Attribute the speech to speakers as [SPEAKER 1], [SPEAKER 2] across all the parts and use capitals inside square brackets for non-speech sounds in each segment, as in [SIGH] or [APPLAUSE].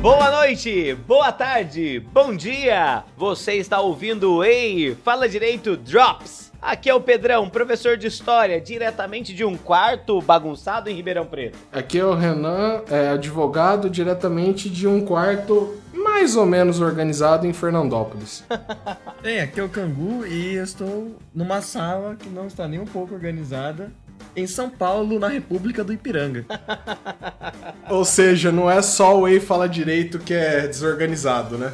[SPEAKER 1] Boa noite, boa tarde, bom dia! Você está ouvindo o Ei, Fala Direito Drops. Aqui é o Pedrão, professor de História, diretamente de um quarto bagunçado em Ribeirão Preto. [LAUGHS]
[SPEAKER 2] Aqui é o Renan, é, advogado diretamente de um quarto mais ou menos organizado em Fernandópolis.
[SPEAKER 3] [LAUGHS] Bem, aqui é o Cangu e eu estou numa sala que não está nem um pouco organizada. Em São Paulo, na República do Ipiranga.
[SPEAKER 2] [LAUGHS] ou seja, não é só o Ei Fala Direito que é desorganizado, né?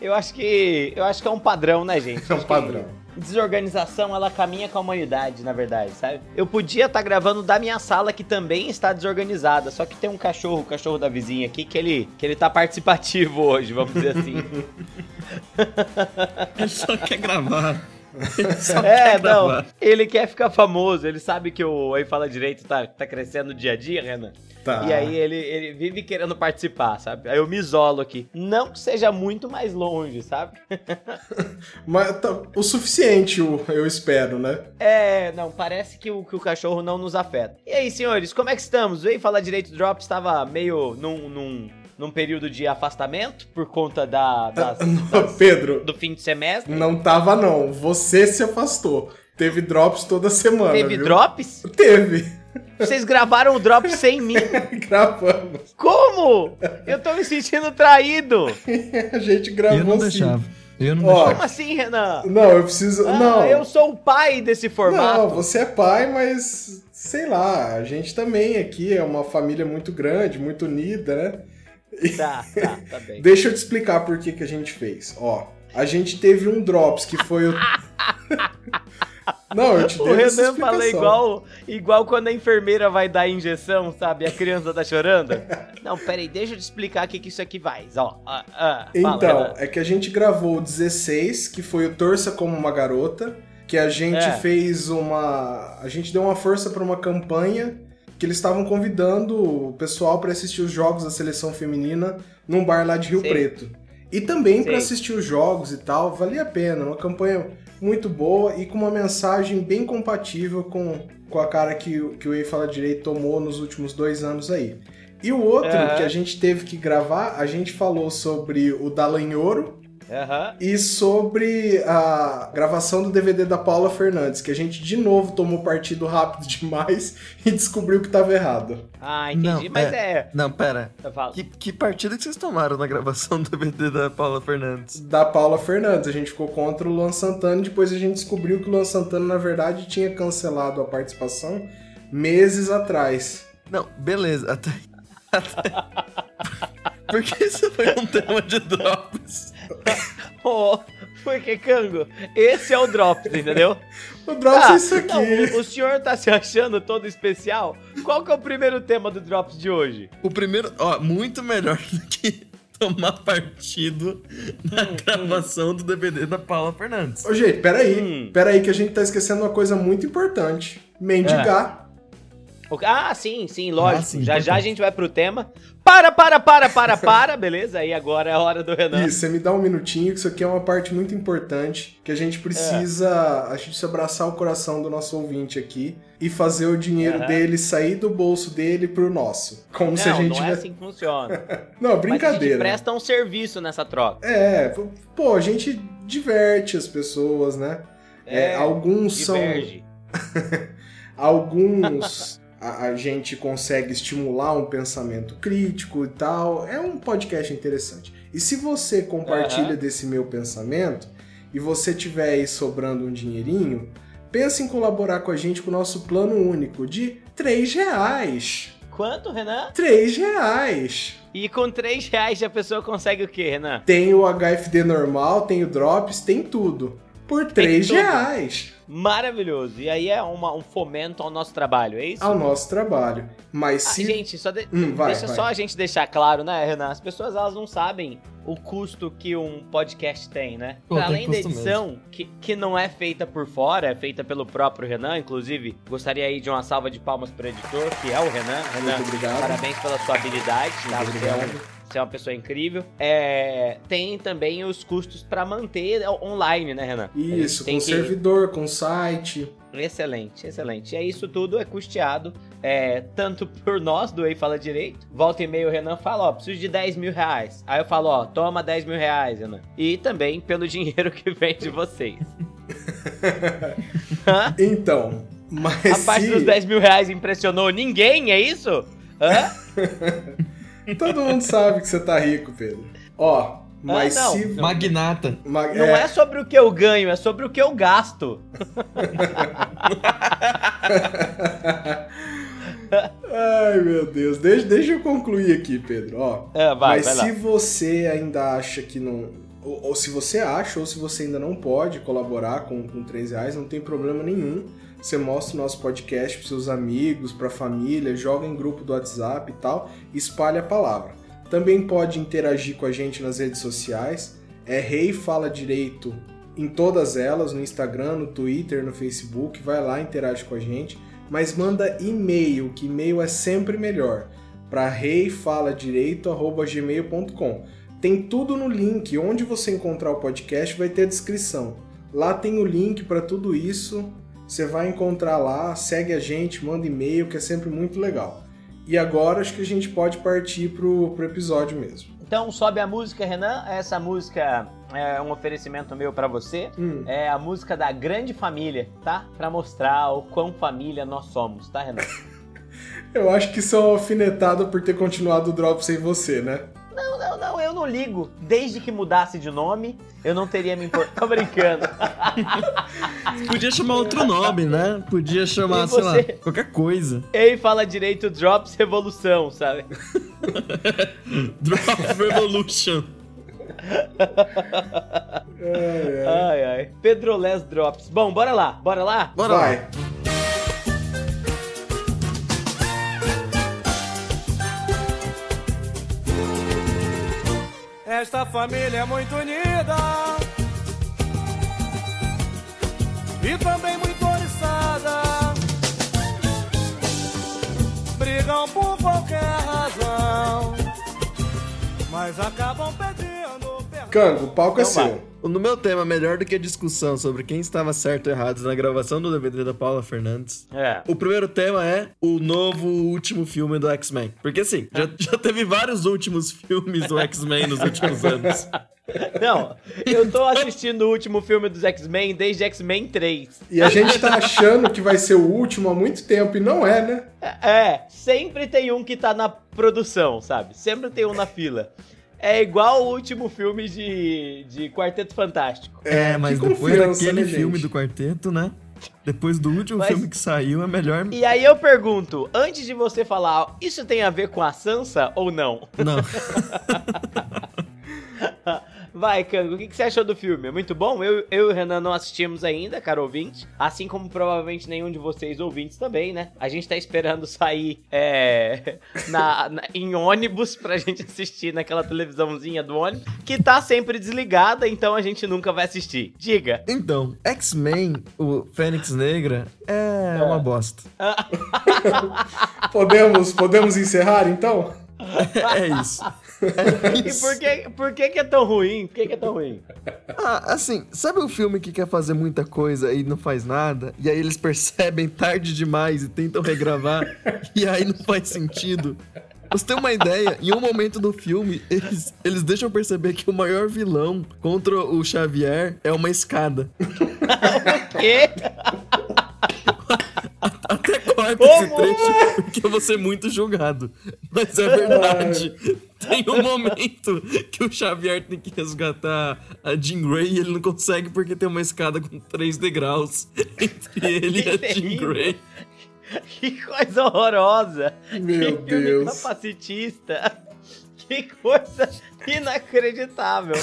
[SPEAKER 1] Eu acho que. Eu acho que é um padrão, né, gente?
[SPEAKER 2] É um
[SPEAKER 1] Acho que
[SPEAKER 2] padrão.
[SPEAKER 1] Desorganização, ela caminha com a humanidade, na verdade, sabe? Eu podia estar gravando da minha sala, que também está desorganizada, só que tem um cachorro, o cachorro da vizinha aqui, que ele, que ele tá participativo hoje, vamos dizer
[SPEAKER 2] [LAUGHS]
[SPEAKER 1] assim.
[SPEAKER 3] Ele só quer gravar. Ele só
[SPEAKER 1] É,
[SPEAKER 3] quer
[SPEAKER 1] não.
[SPEAKER 3] gravar.
[SPEAKER 1] Ele quer ficar famoso, ele sabe que o Aí Fala Direito tá, tá crescendo dia a dia, Renan.
[SPEAKER 2] Tá.
[SPEAKER 1] E aí ele, ele vive querendo participar, sabe? Aí eu me isolo aqui. Não que seja muito mais longe, sabe? [LAUGHS]
[SPEAKER 2] Mas tá o suficiente, o- eu espero, né? [LAUGHS]
[SPEAKER 1] É, não, parece que o, que o cachorro não nos afeta. E aí, senhores, como é que estamos? Vem falar direito drop, estava meio num, num, num período de afastamento por conta da, das-
[SPEAKER 2] Pedro,
[SPEAKER 1] do fim de semestre.
[SPEAKER 2] Ah. não tava não. Você se afastou. Teve drops toda semana,
[SPEAKER 1] Teve
[SPEAKER 2] viu?
[SPEAKER 1] drops?
[SPEAKER 2] Teve. [LAUGHS]
[SPEAKER 1] Vocês gravaram o drop sem mim.
[SPEAKER 2] Gravamos.
[SPEAKER 1] Como? Eu tô me sentindo traído.
[SPEAKER 2] A gente gravou
[SPEAKER 3] Eu não
[SPEAKER 1] assim.
[SPEAKER 2] sim.
[SPEAKER 3] deixava. Eu não
[SPEAKER 2] Ó,
[SPEAKER 3] deixava.
[SPEAKER 1] Como assim, Renan?
[SPEAKER 2] Não, eu preciso.
[SPEAKER 1] Ah,
[SPEAKER 2] não.
[SPEAKER 1] eu sou o pai desse formato.
[SPEAKER 2] Não, você é pai, mas sei lá, a gente também aqui é uma família muito grande, muito unida, né?
[SPEAKER 1] Tá, tá, tá bem.
[SPEAKER 2] Deixa eu te explicar por que, que a gente fez. Ó, a gente teve um drops que foi
[SPEAKER 1] [LAUGHS]
[SPEAKER 2] o. não, eu te dei
[SPEAKER 1] O
[SPEAKER 2] essa
[SPEAKER 1] Renan
[SPEAKER 2] explicação.
[SPEAKER 1] fala igual, igual quando a enfermeira vai dar a injeção, sabe? A criança tá
[SPEAKER 2] [LAUGHS]
[SPEAKER 1] chorando. Não, peraí, deixa eu te explicar o que, que isso aqui faz. Ó, ah, ah, fala,
[SPEAKER 2] Então,
[SPEAKER 1] Renan.
[SPEAKER 2] é que a gente gravou o 16, que foi o Torça como uma garota, que a gente
[SPEAKER 1] É.
[SPEAKER 2] fez uma, a gente deu uma força pra uma campanha que eles estavam convidando o pessoal pra assistir os jogos da seleção feminina num bar lá de Rio
[SPEAKER 1] Sim.
[SPEAKER 2] Preto. E também pra
[SPEAKER 1] Sim.
[SPEAKER 2] assistir os jogos e tal, valia a pena, uma campanha muito boa e com uma mensagem bem compatível com, com a cara que, o- que o Ei Fala Direito tomou nos últimos dois anos aí. E o outro
[SPEAKER 1] Aham.
[SPEAKER 2] que a gente teve que gravar, a gente falou sobre o Dalanhoro
[SPEAKER 1] Aham.
[SPEAKER 2] e sobre a gravação do DVD da Paula Fernandes, que a gente de novo tomou partido rápido [LAUGHS] demais e descobriu que estava errado.
[SPEAKER 1] Ah, entendi.
[SPEAKER 3] Não,
[SPEAKER 1] mas é.
[SPEAKER 3] Não, pera.
[SPEAKER 1] eu falo.
[SPEAKER 3] Que, que partida que vocês tomaram na gravação do BD da Paula Fernandes?
[SPEAKER 2] Da Paula Fernandes, a gente ficou contra o Luan Santana, e depois a gente descobriu que o Luan Santana na verdade tinha cancelado a participação meses atrás.
[SPEAKER 3] Não, beleza. Até... até... [LAUGHS] Porque isso foi um tema de drops.
[SPEAKER 1] Ô, porque, Cango, esse é o Drops,
[SPEAKER 2] [LAUGHS]
[SPEAKER 1] entendeu?
[SPEAKER 2] O Drops
[SPEAKER 1] Ah,
[SPEAKER 2] é isso aqui.
[SPEAKER 1] não, o, o senhor tá se achando todo especial? Qual que é o primeiro tema do Drops de hoje?
[SPEAKER 3] O primeiro, ó, muito melhor do que tomar partido na gravação do DVD da Paula Fernandes.
[SPEAKER 2] Ô, gente, peraí.
[SPEAKER 1] Hum.
[SPEAKER 2] Peraí, que a gente tá esquecendo uma coisa muito importante: mendigar.
[SPEAKER 1] O- Ah, sim, sim, lógico.
[SPEAKER 3] Ah, sim,
[SPEAKER 2] então
[SPEAKER 1] já já a
[SPEAKER 2] tá.
[SPEAKER 3] importante.
[SPEAKER 1] gente vai pro tema. Para, para, para, para, para, [LAUGHS] beleza? Aí agora é a hora do Renan.
[SPEAKER 2] Isso, você me dá um minutinho, que isso aqui é uma parte muito importante, que a gente precisa, a gente precisa abraçar o coração do nosso ouvinte aqui e fazer o dinheiro
[SPEAKER 1] Aham.
[SPEAKER 2] dele sair do bolso dele pro nosso. Como
[SPEAKER 1] Não,
[SPEAKER 2] se a gente
[SPEAKER 1] não é
[SPEAKER 2] tivesse-
[SPEAKER 1] assim que
[SPEAKER 2] [LAUGHS]
[SPEAKER 1] funciona. Mas a
[SPEAKER 2] Não,
[SPEAKER 1] gente
[SPEAKER 2] brincadeira.
[SPEAKER 1] presta um serviço nessa troca.
[SPEAKER 2] É, pô, a gente diverte as pessoas, né? É, alguns são
[SPEAKER 1] diverge.
[SPEAKER 2] alguns a, a gente consegue estimular um pensamento crítico e tal. É um podcast interessante. E se você compartilha
[SPEAKER 1] Aham.
[SPEAKER 2] desse meu pensamento e você tiver aí sobrando um dinheirinho, pense em colaborar com a gente com o nosso plano único de 3 reais.
[SPEAKER 1] Quanto, Renan?
[SPEAKER 2] 3 reais.
[SPEAKER 1] E com 3 reais a pessoa consegue o quê, Renan?
[SPEAKER 2] Tem o HFD normal, tem o Drops, tem tudo. Por 3
[SPEAKER 1] tudo.
[SPEAKER 2] reais.
[SPEAKER 1] Maravilhoso. E aí é uma- um fomento ao nosso trabalho, é isso?
[SPEAKER 2] Ao nosso trabalho. Mas
[SPEAKER 1] Ah,
[SPEAKER 2] se.
[SPEAKER 1] gente, só de-
[SPEAKER 2] Hum, vai,
[SPEAKER 1] deixa
[SPEAKER 2] vai.
[SPEAKER 1] só a gente deixar claro, né, Renan? As pessoas elas não sabem o custo que um podcast tem, né?
[SPEAKER 3] Pô,
[SPEAKER 1] Pra
[SPEAKER 3] tem
[SPEAKER 1] além da
[SPEAKER 3] custo
[SPEAKER 1] edição, que, que não é feita por fora, é feita pelo próprio Renan, inclusive. Gostaria aí de uma salva de palmas pro editor, que é o Renan. Renan,
[SPEAKER 2] Muito obrigado.
[SPEAKER 1] parabéns pela sua habilidade, tá? Você é um Você é uma pessoa incrível. É, tem também os custos pra manter online, né, Renan?
[SPEAKER 2] Isso,
[SPEAKER 1] tem
[SPEAKER 2] com
[SPEAKER 1] que-
[SPEAKER 2] servidor, com site.
[SPEAKER 1] Excelente, excelente. E é isso tudo é custeado é, tanto por nós, do Ei Fala Direito. Volta e meia o Renan fala, ó, preciso de 10 mil reais. Aí eu falo, ó, toma 10 mil reais, Renan. E também pelo [LAUGHS] dinheiro que vem de
[SPEAKER 2] [LAUGHS]
[SPEAKER 1] vocês. Hã? [LAUGHS] A
[SPEAKER 2] Então, mas
[SPEAKER 1] parte
[SPEAKER 2] se
[SPEAKER 1] dos 10 mil reais impressionou ninguém, é isso? Hã?
[SPEAKER 2] todo mundo sabe que você tá rico, Pedro. Ó, mas
[SPEAKER 1] Ah, não.
[SPEAKER 2] se...
[SPEAKER 3] Magnata.
[SPEAKER 2] ma-
[SPEAKER 1] Não é sobre o que eu ganho, é sobre o que eu gasto.
[SPEAKER 2] [LAUGHS] Ai, meu Deus. Deixa, deixa eu concluir aqui, Pedro. Ó,
[SPEAKER 1] Ah, vai,
[SPEAKER 2] mas
[SPEAKER 1] vai lá.
[SPEAKER 2] se você ainda acha que não. Ou, ou se você acha, ou se você ainda não pode colaborar com, com 3 reais, não tem problema nenhum. Você mostra o nosso podcast pros seus amigos, pra família, joga em grupo do WhatsApp e tal, e espalha a palavra. Também pode interagir com a gente nas redes sociais. É Rei Fala Direito em todas elas, no Instagram, no Twitter, no Facebook. Vai lá, interage com a gente. Mas manda e-mail, que e-mail é sempre melhor para reifaladireito.gmail.com. Tem tudo no link. Onde você encontrar o podcast vai ter a descrição. Lá tem o link para tudo isso. Você vai encontrar lá, segue a gente, manda e-mail, que é sempre muito legal. E agora acho que a gente pode partir pro, pro episódio mesmo.
[SPEAKER 1] Então sobe a música, Renan. Essa música é um oferecimento meu pra você.
[SPEAKER 2] Hum,
[SPEAKER 1] É a música da grande família, tá? Pra mostrar o quão família nós somos, tá, Renan?
[SPEAKER 2] eu acho que sou alfinetado por ter continuado o drop sem você, né?
[SPEAKER 1] [LAUGHS] Não, não, não, eu não ligo. Desde que mudasse de nome, eu não teria me [LAUGHS] importado. Tô brincando.
[SPEAKER 3] Podia chamar outro nome, né? Podia chamar,
[SPEAKER 1] E
[SPEAKER 3] sei lá,
[SPEAKER 1] você?
[SPEAKER 3] qualquer coisa.
[SPEAKER 1] Ei, fala direito, Drops Revolução, sabe?
[SPEAKER 3] Drop Revolution.
[SPEAKER 2] É, é.
[SPEAKER 1] Ai, ai. Pedrolés Drops. Bom, bora lá, bora lá?
[SPEAKER 3] Bora
[SPEAKER 2] Vai.
[SPEAKER 3] lá.
[SPEAKER 4] Esta família é muito unida e também muito oriçada. Brigam por qualquer razão, mas acabam pedindo perdão.
[SPEAKER 2] Cango, o palco é
[SPEAKER 1] Então vai.
[SPEAKER 2] seu.
[SPEAKER 3] No meu tema, melhor do que a discussão sobre quem estava certo ou errado na gravação do DVD da Paula Fernandes,
[SPEAKER 1] É.
[SPEAKER 3] O primeiro tema é o novo último filme do X-Men. Porque assim, já, [LAUGHS] já teve vários últimos filmes do X-Men nos [LAUGHS] últimos anos.
[SPEAKER 1] Não, eu tô assistindo o último filme dos X-Men desde X-Men 3.
[SPEAKER 2] E a gente tá achando que vai ser o último há muito tempo e não é, né?
[SPEAKER 1] É, sempre tem um que tá na produção, sabe? Sempre tem um na fila. É igual o último filme de, de Quarteto Fantástico.
[SPEAKER 3] É, mas
[SPEAKER 2] que
[SPEAKER 3] depois
[SPEAKER 2] confiança,
[SPEAKER 3] daquele
[SPEAKER 2] né, gente?
[SPEAKER 3] filme do quarteto, né? Depois do último
[SPEAKER 1] Mas-
[SPEAKER 3] filme que saiu, é melhor.
[SPEAKER 1] E aí eu pergunto, antes de você falar, isso tem a ver com a Sansa ou não?
[SPEAKER 3] Não. [LAUGHS]
[SPEAKER 1] [LAUGHS] Vai, Kango, o que que você achou do filme? É muito bom? Eu, eu e o Renan não assistimos ainda, cara ouvinte. Assim como provavelmente nenhum de vocês ouvintes também, né? A gente tá esperando [LAUGHS] sair é, [LAUGHS] na- na- em ônibus pra gente assistir naquela televisãozinha do ônibus, que tá sempre desligada, então a gente nunca vai assistir. Diga.
[SPEAKER 3] Então, X-Men, o Fênix Negra, é, uma bosta. [LAUGHS]
[SPEAKER 2] Podemos, podemos encerrar então?
[SPEAKER 3] É isso. É
[SPEAKER 1] E
[SPEAKER 3] isso.
[SPEAKER 1] por que, por que que é tão ruim? Por que que é tão ruim?
[SPEAKER 3] Ah, assim, sabe o filme que quer fazer muita coisa e não faz nada? E aí eles percebem tarde demais e tentam regravar, e aí não faz sentido. Você tem uma ideia, em um momento do filme, eles, eles deixam perceber que o maior vilão contra o Xavier é uma escada.
[SPEAKER 1] Que? [LAUGHS]
[SPEAKER 3] Até corta esse
[SPEAKER 1] Como?
[SPEAKER 3] trecho, porque eu vou ser muito julgado. Mas é verdade.
[SPEAKER 1] [LAUGHS]
[SPEAKER 3] Tem um momento que o Xavier tem que resgatar a Jean Grey e ele não consegue porque tem uma escada com três degraus
[SPEAKER 1] [LAUGHS]
[SPEAKER 3] entre ele e a Jean
[SPEAKER 1] terrível.
[SPEAKER 3] Grey.
[SPEAKER 1] Que coisa horrorosa!
[SPEAKER 2] Meu
[SPEAKER 1] que filme
[SPEAKER 2] Deus.
[SPEAKER 1] capacitista! Que coisa inacreditável!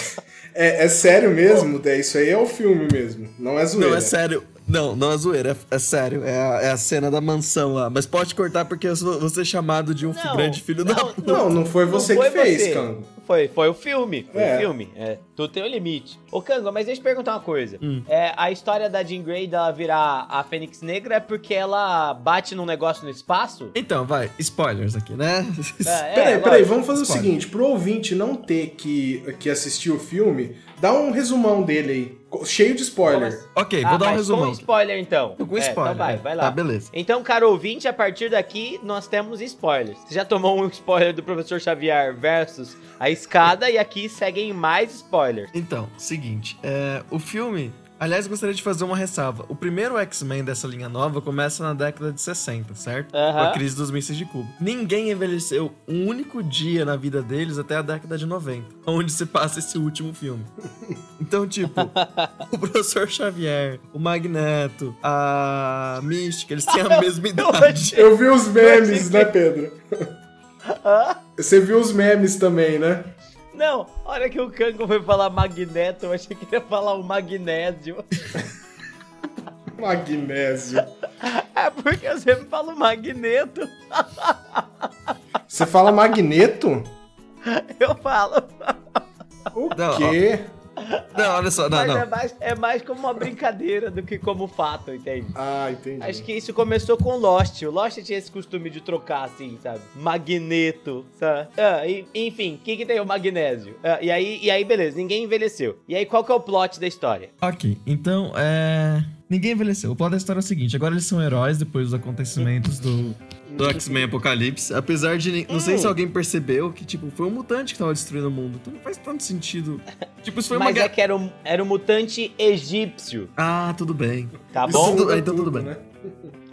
[SPEAKER 2] É, é sério mesmo, Dé? Isso aí é o filme mesmo, não é zoeira.
[SPEAKER 3] Não, é sério. Não, não é zoeira, é, é sério. É a, é a cena da mansão lá. Mas pode cortar porque eu sou- vou ser chamado de um
[SPEAKER 1] Não,
[SPEAKER 3] grande filho da
[SPEAKER 1] não,
[SPEAKER 3] puta.
[SPEAKER 2] Não, não foi você
[SPEAKER 1] Não
[SPEAKER 2] que
[SPEAKER 1] foi
[SPEAKER 2] fez,
[SPEAKER 1] você.
[SPEAKER 2] Cango.
[SPEAKER 1] Foi, foi o filme. Foi
[SPEAKER 2] É.
[SPEAKER 1] o filme. É, tu tem o limite. Ô, Kanga, mas deixa eu perguntar uma coisa.
[SPEAKER 3] Hum.
[SPEAKER 1] É, a história da Jean Grey dela virar a Fênix Negra é porque ela bate num negócio no espaço?
[SPEAKER 3] Então, vai, spoilers aqui, né?
[SPEAKER 1] É, é,
[SPEAKER 2] Peraí,
[SPEAKER 1] lógico.
[SPEAKER 2] peraí, vamos fazer o
[SPEAKER 3] Spoiler.
[SPEAKER 2] seguinte: pro ouvinte não ter que, que assistir o filme, dá um resumão dele aí, co- cheio de spoiler.
[SPEAKER 1] Como assim?
[SPEAKER 3] ok, vou
[SPEAKER 1] Ah,
[SPEAKER 3] dar um
[SPEAKER 1] mas
[SPEAKER 3] resumão.
[SPEAKER 1] Com spoiler, então.
[SPEAKER 3] Com
[SPEAKER 1] É,
[SPEAKER 3] spoiler.
[SPEAKER 1] então vai, vai lá.
[SPEAKER 3] Tá, beleza.
[SPEAKER 1] Então, caro ouvinte, a partir daqui nós temos spoilers. Você já tomou um spoiler do professor Xavier versus a escada e aqui seguem mais
[SPEAKER 3] [LAUGHS]
[SPEAKER 1] spoilers.
[SPEAKER 3] Então, seguinte, é, o filme. Aliás, eu gostaria de fazer uma ressalva. O primeiro X-Men dessa linha nova começa na década de 60, certo? Com
[SPEAKER 1] Aham.
[SPEAKER 3] a crise dos mísseis de Cuba. Ninguém envelheceu um único dia na vida deles até a década de 90, onde se passa esse último filme. [LAUGHS] Então, tipo, o professor Xavier, o Magneto, a Mística, eles têm
[SPEAKER 1] [LAUGHS]
[SPEAKER 3] a mesma idade.
[SPEAKER 2] Eu vi os
[SPEAKER 1] assim?
[SPEAKER 2] memes, né, Pedro? Você viu os memes também, né?
[SPEAKER 1] Não, a hora que o Kango foi falar magneto, eu achei que ele ia falar o magnésio. [LAUGHS]
[SPEAKER 2] Magnésio.
[SPEAKER 1] É porque eu sempre falo magneto,
[SPEAKER 2] Você fala magneto?
[SPEAKER 1] eu falo.
[SPEAKER 2] O
[SPEAKER 3] Não,
[SPEAKER 2] quê?
[SPEAKER 3] Não, olha só, não,
[SPEAKER 1] Mas É,
[SPEAKER 3] não.
[SPEAKER 1] mais, é mais como uma brincadeira do que como fato, entende?
[SPEAKER 2] Ah, entendi.
[SPEAKER 1] Acho que isso começou com Lost. O Lost tinha esse costume de trocar, assim, sabe? Magneto, sabe? Ah, e- enfim, o que, que tem o magnésio? Ah, e, aí, e aí, beleza, ninguém envelheceu. E aí, qual que é o plot da história?
[SPEAKER 3] Ok, então é. Ninguém envelheceu. O plot da história é o seguinte: agora eles são heróis depois dos acontecimentos do, do X-Men Apocalipse. Apesar de. ni- Não sei
[SPEAKER 1] Hum.
[SPEAKER 3] se alguém percebeu que, tipo, foi um mutante que tava destruindo o mundo. Então não faz tanto sentido. Tipo, isso foi uma
[SPEAKER 1] Mas é
[SPEAKER 3] guerra.
[SPEAKER 1] que era um, era um mutante egípcio,
[SPEAKER 3] Ah, tudo bem.
[SPEAKER 1] tá
[SPEAKER 2] Isso
[SPEAKER 1] bom?
[SPEAKER 2] muda
[SPEAKER 3] Então tudo bem.
[SPEAKER 2] Né?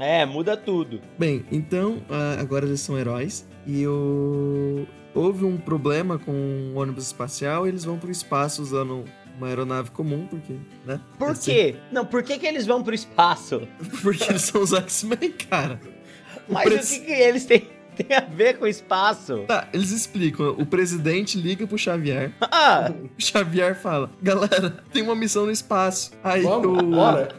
[SPEAKER 1] É, muda tudo.
[SPEAKER 3] Bem, então ah, agora eles são heróis e o... houve um problema com o ônibus espacial e eles vão pro espaço usando uma aeronave comum, porque, né?
[SPEAKER 1] Por
[SPEAKER 3] Eles-
[SPEAKER 1] quê? Não, por que, que eles vão pro espaço?
[SPEAKER 3] [LAUGHS] Porque eles são os X-Men, cara.
[SPEAKER 1] Mas o
[SPEAKER 3] preci-
[SPEAKER 1] que, que eles têm, [LAUGHS] têm a ver com espaço?
[SPEAKER 3] Tá, eles explicam. O presidente liga pro Xavier.
[SPEAKER 1] Ah,
[SPEAKER 3] O Xavier fala: Galera, tem uma missão no espaço. Aí,
[SPEAKER 2] Vamos,
[SPEAKER 3] o...
[SPEAKER 2] bora.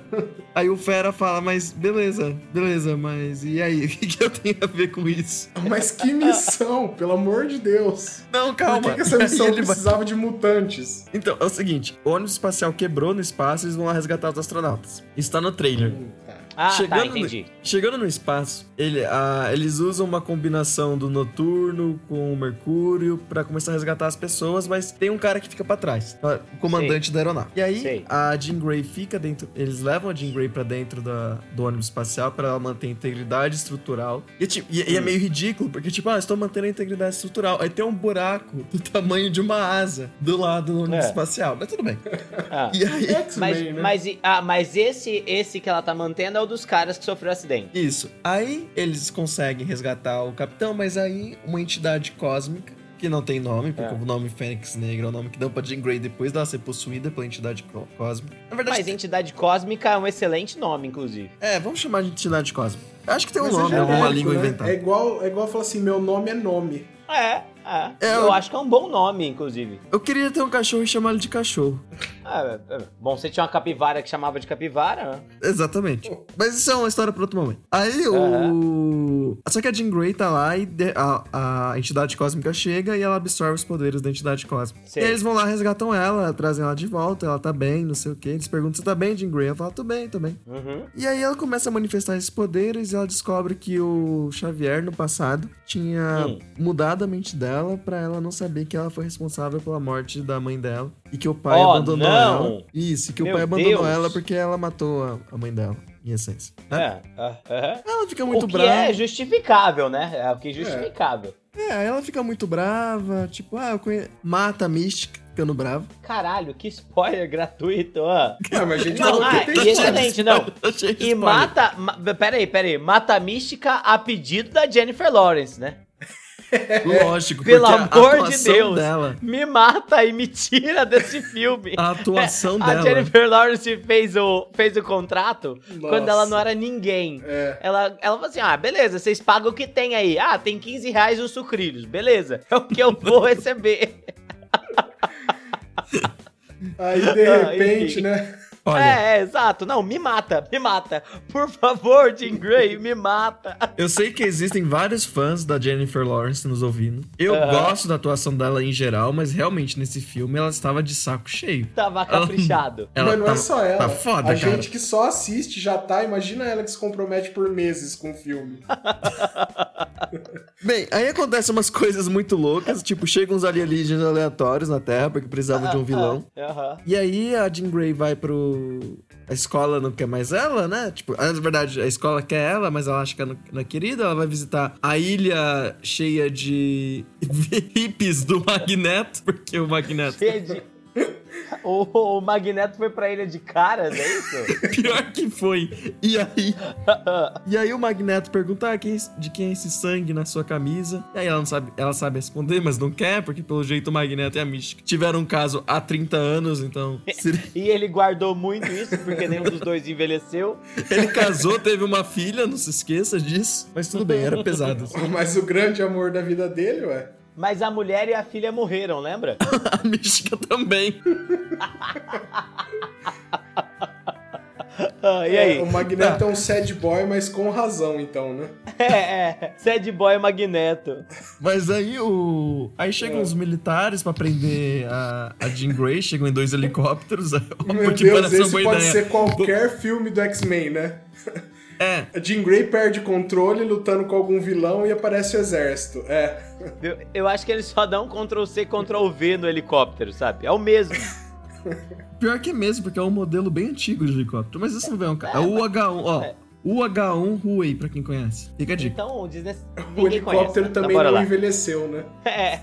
[SPEAKER 3] aí o Fera fala: Mas beleza, beleza, mas e aí? [LAUGHS] O que, que eu tenho a ver com isso?
[SPEAKER 2] [LAUGHS] Mas que missão, pelo amor de Deus.
[SPEAKER 3] Não, calma.
[SPEAKER 2] Por que, que essa missão
[SPEAKER 3] [LAUGHS] Aí ele vai-
[SPEAKER 2] precisava de mutantes?
[SPEAKER 3] Então, é o seguinte: o ônibus espacial quebrou no espaço e eles vão lá resgatar os astronautas. Isso tá no trailer.
[SPEAKER 2] Hum, tá.
[SPEAKER 1] ah tá,
[SPEAKER 3] Chegando no-
[SPEAKER 1] entendi.
[SPEAKER 3] Chegando no espaço, ele- ah, eles usam uma combinação do noturno com o Mercúrio pra começar a resgatar as pessoas, mas tem um cara que fica pra trás, tá? o comandante da aeronave. E aí
[SPEAKER 1] Sei.
[SPEAKER 3] a Jean Grey fica dentro, eles levam a Jean Grey pra dentro da- do ônibus espacial pra ela manter a integridade estrutural. E, tipo, e- e é meio ridículo, porque tipo, ah, estou mantendo a integridade estrutural. Aí tem um buraco do tamanho de uma asa do lado do ônibus
[SPEAKER 1] É.
[SPEAKER 3] espacial, mas tudo bem.
[SPEAKER 1] Ah.
[SPEAKER 3] E aí
[SPEAKER 1] Mas,
[SPEAKER 2] X-Men, né?
[SPEAKER 1] mas, e- ah, mas esse, esse que ela tá mantendo é o dos caras que sofreu acidente.
[SPEAKER 3] Isso. Aí eles conseguem resgatar o capitão, mas aí uma entidade cósmica, que não tem nome, porque
[SPEAKER 1] É.
[SPEAKER 3] o nome Fênix Negra é o nome que dão pra Jean Grey depois dela ser possuída pela entidade có- cósmica. Na verdade,
[SPEAKER 1] Mas entidade cósmica é um excelente nome, inclusive.
[SPEAKER 3] é, vamos chamar de entidade cósmica. Acho que tem um
[SPEAKER 2] Mas é
[SPEAKER 3] nome, é uma
[SPEAKER 2] genérico,
[SPEAKER 3] língua
[SPEAKER 2] né?
[SPEAKER 3] inventada.
[SPEAKER 2] É igual, é igual falar assim: meu nome é nome.
[SPEAKER 1] É, é.
[SPEAKER 3] É,
[SPEAKER 1] eu
[SPEAKER 3] eu-
[SPEAKER 1] acho que é um bom nome, inclusive.
[SPEAKER 3] Eu queria ter um cachorro e chamar ele de cachorro.
[SPEAKER 1] É, é, é. Bom, você tinha uma capivara que chamava de capivara? né?
[SPEAKER 3] Exatamente. Mas isso é uma história pra outro momento. Aí o. Só que a Jean Grey tá lá e de- a, a entidade cósmica chega e ela absorve os poderes da entidade cósmica.
[SPEAKER 1] Sei.
[SPEAKER 3] E eles vão lá, resgatam ela, trazem ela de volta, ela tá bem, não sei o quê. Eles perguntam se tá bem, Jean Grey. Ela fala, tô bem, tô bem.
[SPEAKER 1] Uhum.
[SPEAKER 3] E aí ela começa a manifestar esses poderes e ela descobre que o Xavier, no passado, tinha
[SPEAKER 1] Hum.
[SPEAKER 3] mudado a mente dela pra ela não saber que ela foi responsável pela morte da mãe dela. E que o pai
[SPEAKER 1] Oh,
[SPEAKER 3] abandonou
[SPEAKER 1] não!
[SPEAKER 3] ela. Isso, e que
[SPEAKER 1] Meu
[SPEAKER 3] o pai abandonou
[SPEAKER 1] Deus!
[SPEAKER 3] ela porque ela matou a, a mãe dela, em essência. né?
[SPEAKER 1] É, é, é.
[SPEAKER 3] Ela fica
[SPEAKER 1] o
[SPEAKER 3] muito
[SPEAKER 1] que
[SPEAKER 3] brava.
[SPEAKER 1] é justificável, né? É o que é justificável.
[SPEAKER 3] É, aí ela fica muito brava. Tipo, ah, eu conhe... mata a Mystic, ficando brava.
[SPEAKER 1] Caralho, que spoiler gratuito, ó.
[SPEAKER 2] Ah, mas a gente
[SPEAKER 1] Não,
[SPEAKER 2] falou
[SPEAKER 1] ah,
[SPEAKER 2] que
[SPEAKER 1] e excelente, [LAUGHS] não.
[SPEAKER 3] Tá cheio de
[SPEAKER 1] E
[SPEAKER 3] spoiler.
[SPEAKER 1] mata. Ma, peraí, peraí. Mata a mística a pedido da Jennifer Lawrence, né?
[SPEAKER 3] Lógico,
[SPEAKER 1] Pelo
[SPEAKER 3] porque a
[SPEAKER 1] amor de
[SPEAKER 3] atuação
[SPEAKER 1] Deus.
[SPEAKER 3] Dela,
[SPEAKER 1] me mata e me tira desse filme.
[SPEAKER 3] [LAUGHS] a atuação
[SPEAKER 1] É, A
[SPEAKER 3] dela.
[SPEAKER 1] Jennifer Lawrence fez o, fez o contrato
[SPEAKER 2] Nossa.
[SPEAKER 1] quando ela não era ninguém.
[SPEAKER 2] É.
[SPEAKER 1] Ela, ela falou assim: ah, beleza, vocês pagam o que tem aí. Ah, tem 15 reais os sucrilhos. Beleza, é o que eu
[SPEAKER 3] [LAUGHS]
[SPEAKER 1] vou receber.
[SPEAKER 2] Aí de
[SPEAKER 1] Ah,
[SPEAKER 2] repente,
[SPEAKER 1] enfim.
[SPEAKER 2] né?
[SPEAKER 3] Olha,
[SPEAKER 1] É, é, exato. Não, me mata, me mata. Por favor, Jim Gray, me mata. [LAUGHS]
[SPEAKER 3] eu sei que existem vários fãs da Jennifer Lawrence nos ouvindo. Eu
[SPEAKER 1] Aham.
[SPEAKER 3] gosto da atuação dela em geral, mas realmente nesse filme ela estava de saco cheio.
[SPEAKER 1] Tava caprichado.
[SPEAKER 3] Ela
[SPEAKER 2] Mas não é
[SPEAKER 3] tava-
[SPEAKER 2] só ela.
[SPEAKER 3] tá foda,
[SPEAKER 2] a
[SPEAKER 3] cara.
[SPEAKER 2] gente que só assiste já tá. Imagina ela que se compromete por meses com o filme.
[SPEAKER 1] [LAUGHS]
[SPEAKER 3] Bem, aí acontecem umas [LAUGHS] coisas muito loucas, tipo, chegam uns alienígenas aleatórios na Terra, porque precisavam
[SPEAKER 2] Ah,
[SPEAKER 3] de um vilão.
[SPEAKER 1] Ah, Aham.
[SPEAKER 3] E aí a Jean Grey vai pro. A escola não quer mais ela, né? Tipo, ah, na verdade, a escola quer ela, mas ela acha que ela não é querida. Ela vai visitar a ilha cheia de [LAUGHS] hippies do Magneto, porque o Magneto.
[SPEAKER 1] Cheia de- [LAUGHS] O, o Magneto foi pra ilha de caras, é [LAUGHS] isso?
[SPEAKER 3] Pior que foi. E aí, e aí o Magneto pergunta ah, quem- de quem é esse sangue na sua camisa. E aí ela não sabe, ela sabe responder, mas não quer, porque pelo jeito o Magneto e a Mística tiveram um caso há 30 anos, então seria-
[SPEAKER 1] e ele guardou muito isso, porque nenhum dos dois envelheceu.
[SPEAKER 3] [LAUGHS] ele casou, teve uma filha, não se esqueça disso. Mas tudo bem, era pesado. [LAUGHS]
[SPEAKER 2] Mas o grande amor da vida dele, ué.
[SPEAKER 1] Mas a mulher e a filha morreram, lembra?
[SPEAKER 3] A Mística também.
[SPEAKER 1] [LAUGHS] Ah, e aí?
[SPEAKER 2] O Magneto
[SPEAKER 3] Ah.
[SPEAKER 2] é um sad boy, mas com razão, então, né?
[SPEAKER 1] É, é. Sad Boy Magneto.
[SPEAKER 3] Mas aí o. Aí chegam os militares pra prender a, a Jean Grey, chegam em dois helicópteros. [LAUGHS]
[SPEAKER 2] Meu
[SPEAKER 3] porque
[SPEAKER 2] Deus,
[SPEAKER 3] parece tipo, é uma
[SPEAKER 2] esse
[SPEAKER 3] boa
[SPEAKER 2] pode
[SPEAKER 3] ideia.
[SPEAKER 2] ser qualquer filme do X-Men, né?
[SPEAKER 3] É,
[SPEAKER 2] A Jean Grey perde controle lutando com algum vilão e aparece o exército. É.
[SPEAKER 1] Eu, eu acho que eles só dão Ctrl C, Ctrl V no helicóptero, sabe? É o mesmo.
[SPEAKER 3] Pior que é mesmo, porque é um modelo bem antigo de helicóptero. Mas isso não vem um cara. É o H1, ó.
[SPEAKER 1] é.
[SPEAKER 3] O H1 Huawei, pra quem conhece. Fica a dica.
[SPEAKER 1] Então, desnecess...
[SPEAKER 2] O
[SPEAKER 1] ninguém conhece.
[SPEAKER 2] helicóptero
[SPEAKER 1] né?
[SPEAKER 2] também
[SPEAKER 1] Então, bora
[SPEAKER 2] não
[SPEAKER 1] lá.
[SPEAKER 2] envelheceu, né? [LAUGHS]
[SPEAKER 1] É,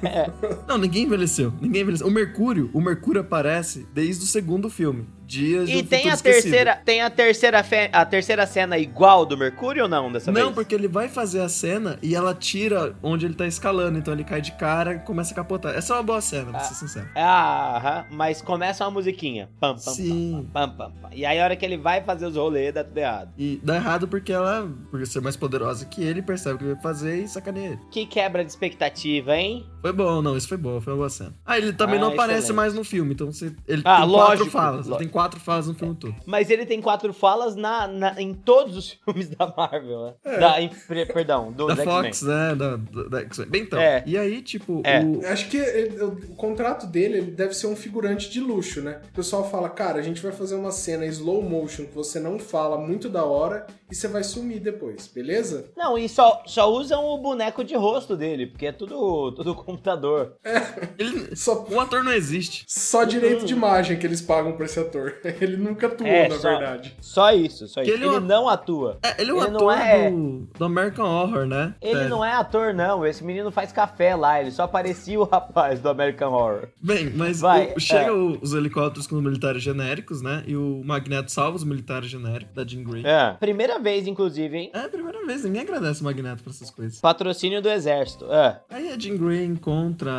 [SPEAKER 3] Não, ninguém envelheceu. Ninguém envelheceu. O Mercúrio, o Mercúrio aparece desde o segundo filme. Dias de
[SPEAKER 1] E
[SPEAKER 3] um
[SPEAKER 1] tem
[SPEAKER 3] Futuro
[SPEAKER 1] a
[SPEAKER 3] Esquecido.
[SPEAKER 1] terceira, tem a terceira, fe- a terceira cena igual do Mercúrio ou não dessa
[SPEAKER 3] Não,
[SPEAKER 1] vez?
[SPEAKER 3] porque ele vai fazer a cena e ela tira onde ele tá escalando. Então ele cai de cara e começa a capotar. Essa é uma boa cena, pra
[SPEAKER 1] Ah.
[SPEAKER 3] ser sincero.
[SPEAKER 1] Ah, aham, mas começa uma musiquinha. Pam, pam,
[SPEAKER 3] Sim.
[SPEAKER 1] pam, pam, pam, pam. E aí a hora que ele vai fazer os rolês dá tudo errado.
[SPEAKER 3] E dá errado porque ela, por ser mais poderosa que ele, percebe o que ele vai fazer e sacaneia ele.
[SPEAKER 1] Que quebra de expectativa, hein?
[SPEAKER 3] Foi bom, não, isso foi bom, foi uma boa cena. Ah, ele também
[SPEAKER 1] Ah,
[SPEAKER 3] não aparece
[SPEAKER 1] excelente.
[SPEAKER 3] mais no filme, então você, ele
[SPEAKER 1] Ah,
[SPEAKER 3] tem
[SPEAKER 1] lógico,
[SPEAKER 3] quatro falas, ele
[SPEAKER 1] lógico.
[SPEAKER 3] tem quatro falas no filme todo.
[SPEAKER 1] Mas ele tem quatro falas na, na- em todos os [LAUGHS] filmes da Marvel, né? Da, em- pre- perdão, do
[SPEAKER 3] É. Da
[SPEAKER 1] do X-Men.
[SPEAKER 3] Fox, né, da, da, da X-Men. Bem, então,
[SPEAKER 1] É.
[SPEAKER 3] e aí, tipo,
[SPEAKER 1] É.
[SPEAKER 3] o...
[SPEAKER 2] Acho que ele- o contrato dele ele deve ser um figurante de luxo, né? O pessoal fala, cara, a gente vai fazer uma cena slow motion que você não fala muito da hora e você vai sumir depois, beleza?
[SPEAKER 1] Não, e só, só usam o boneco de rosto dele, porque é tudo, tudo computador.
[SPEAKER 3] É ele-
[SPEAKER 2] Só,
[SPEAKER 3] o ator não existe.
[SPEAKER 2] só direito de imagem que eles pagam pra esse ator. [LAUGHS] Ele nunca atuou,
[SPEAKER 1] Uhum. É,
[SPEAKER 2] na
[SPEAKER 1] só-
[SPEAKER 2] verdade.
[SPEAKER 1] Só isso, só
[SPEAKER 3] Que
[SPEAKER 1] isso.
[SPEAKER 3] ele
[SPEAKER 1] Ele,
[SPEAKER 3] é um-
[SPEAKER 1] não atua.
[SPEAKER 3] É, ele é um
[SPEAKER 1] Ele não
[SPEAKER 3] ator
[SPEAKER 1] é-
[SPEAKER 3] do, do American Horror, né?
[SPEAKER 1] Ele não é ator, não. Esse menino faz café lá. Ele só parecia o rapaz do American Horror.
[SPEAKER 3] Bem, mas
[SPEAKER 1] Vai,
[SPEAKER 3] o- chega
[SPEAKER 1] é.
[SPEAKER 3] o- os helicópteros com os militares genéricos, né, e o Magneto salva os militares genéricos da Jean Grey. É.
[SPEAKER 1] É. Primeira vez, inclusive, hein?
[SPEAKER 3] a primeira vez, ninguém agradece o Magneto por essas coisas.
[SPEAKER 1] Patrocínio do Exército. [LAUGHS] É.
[SPEAKER 3] Aí a Jean Grey encontra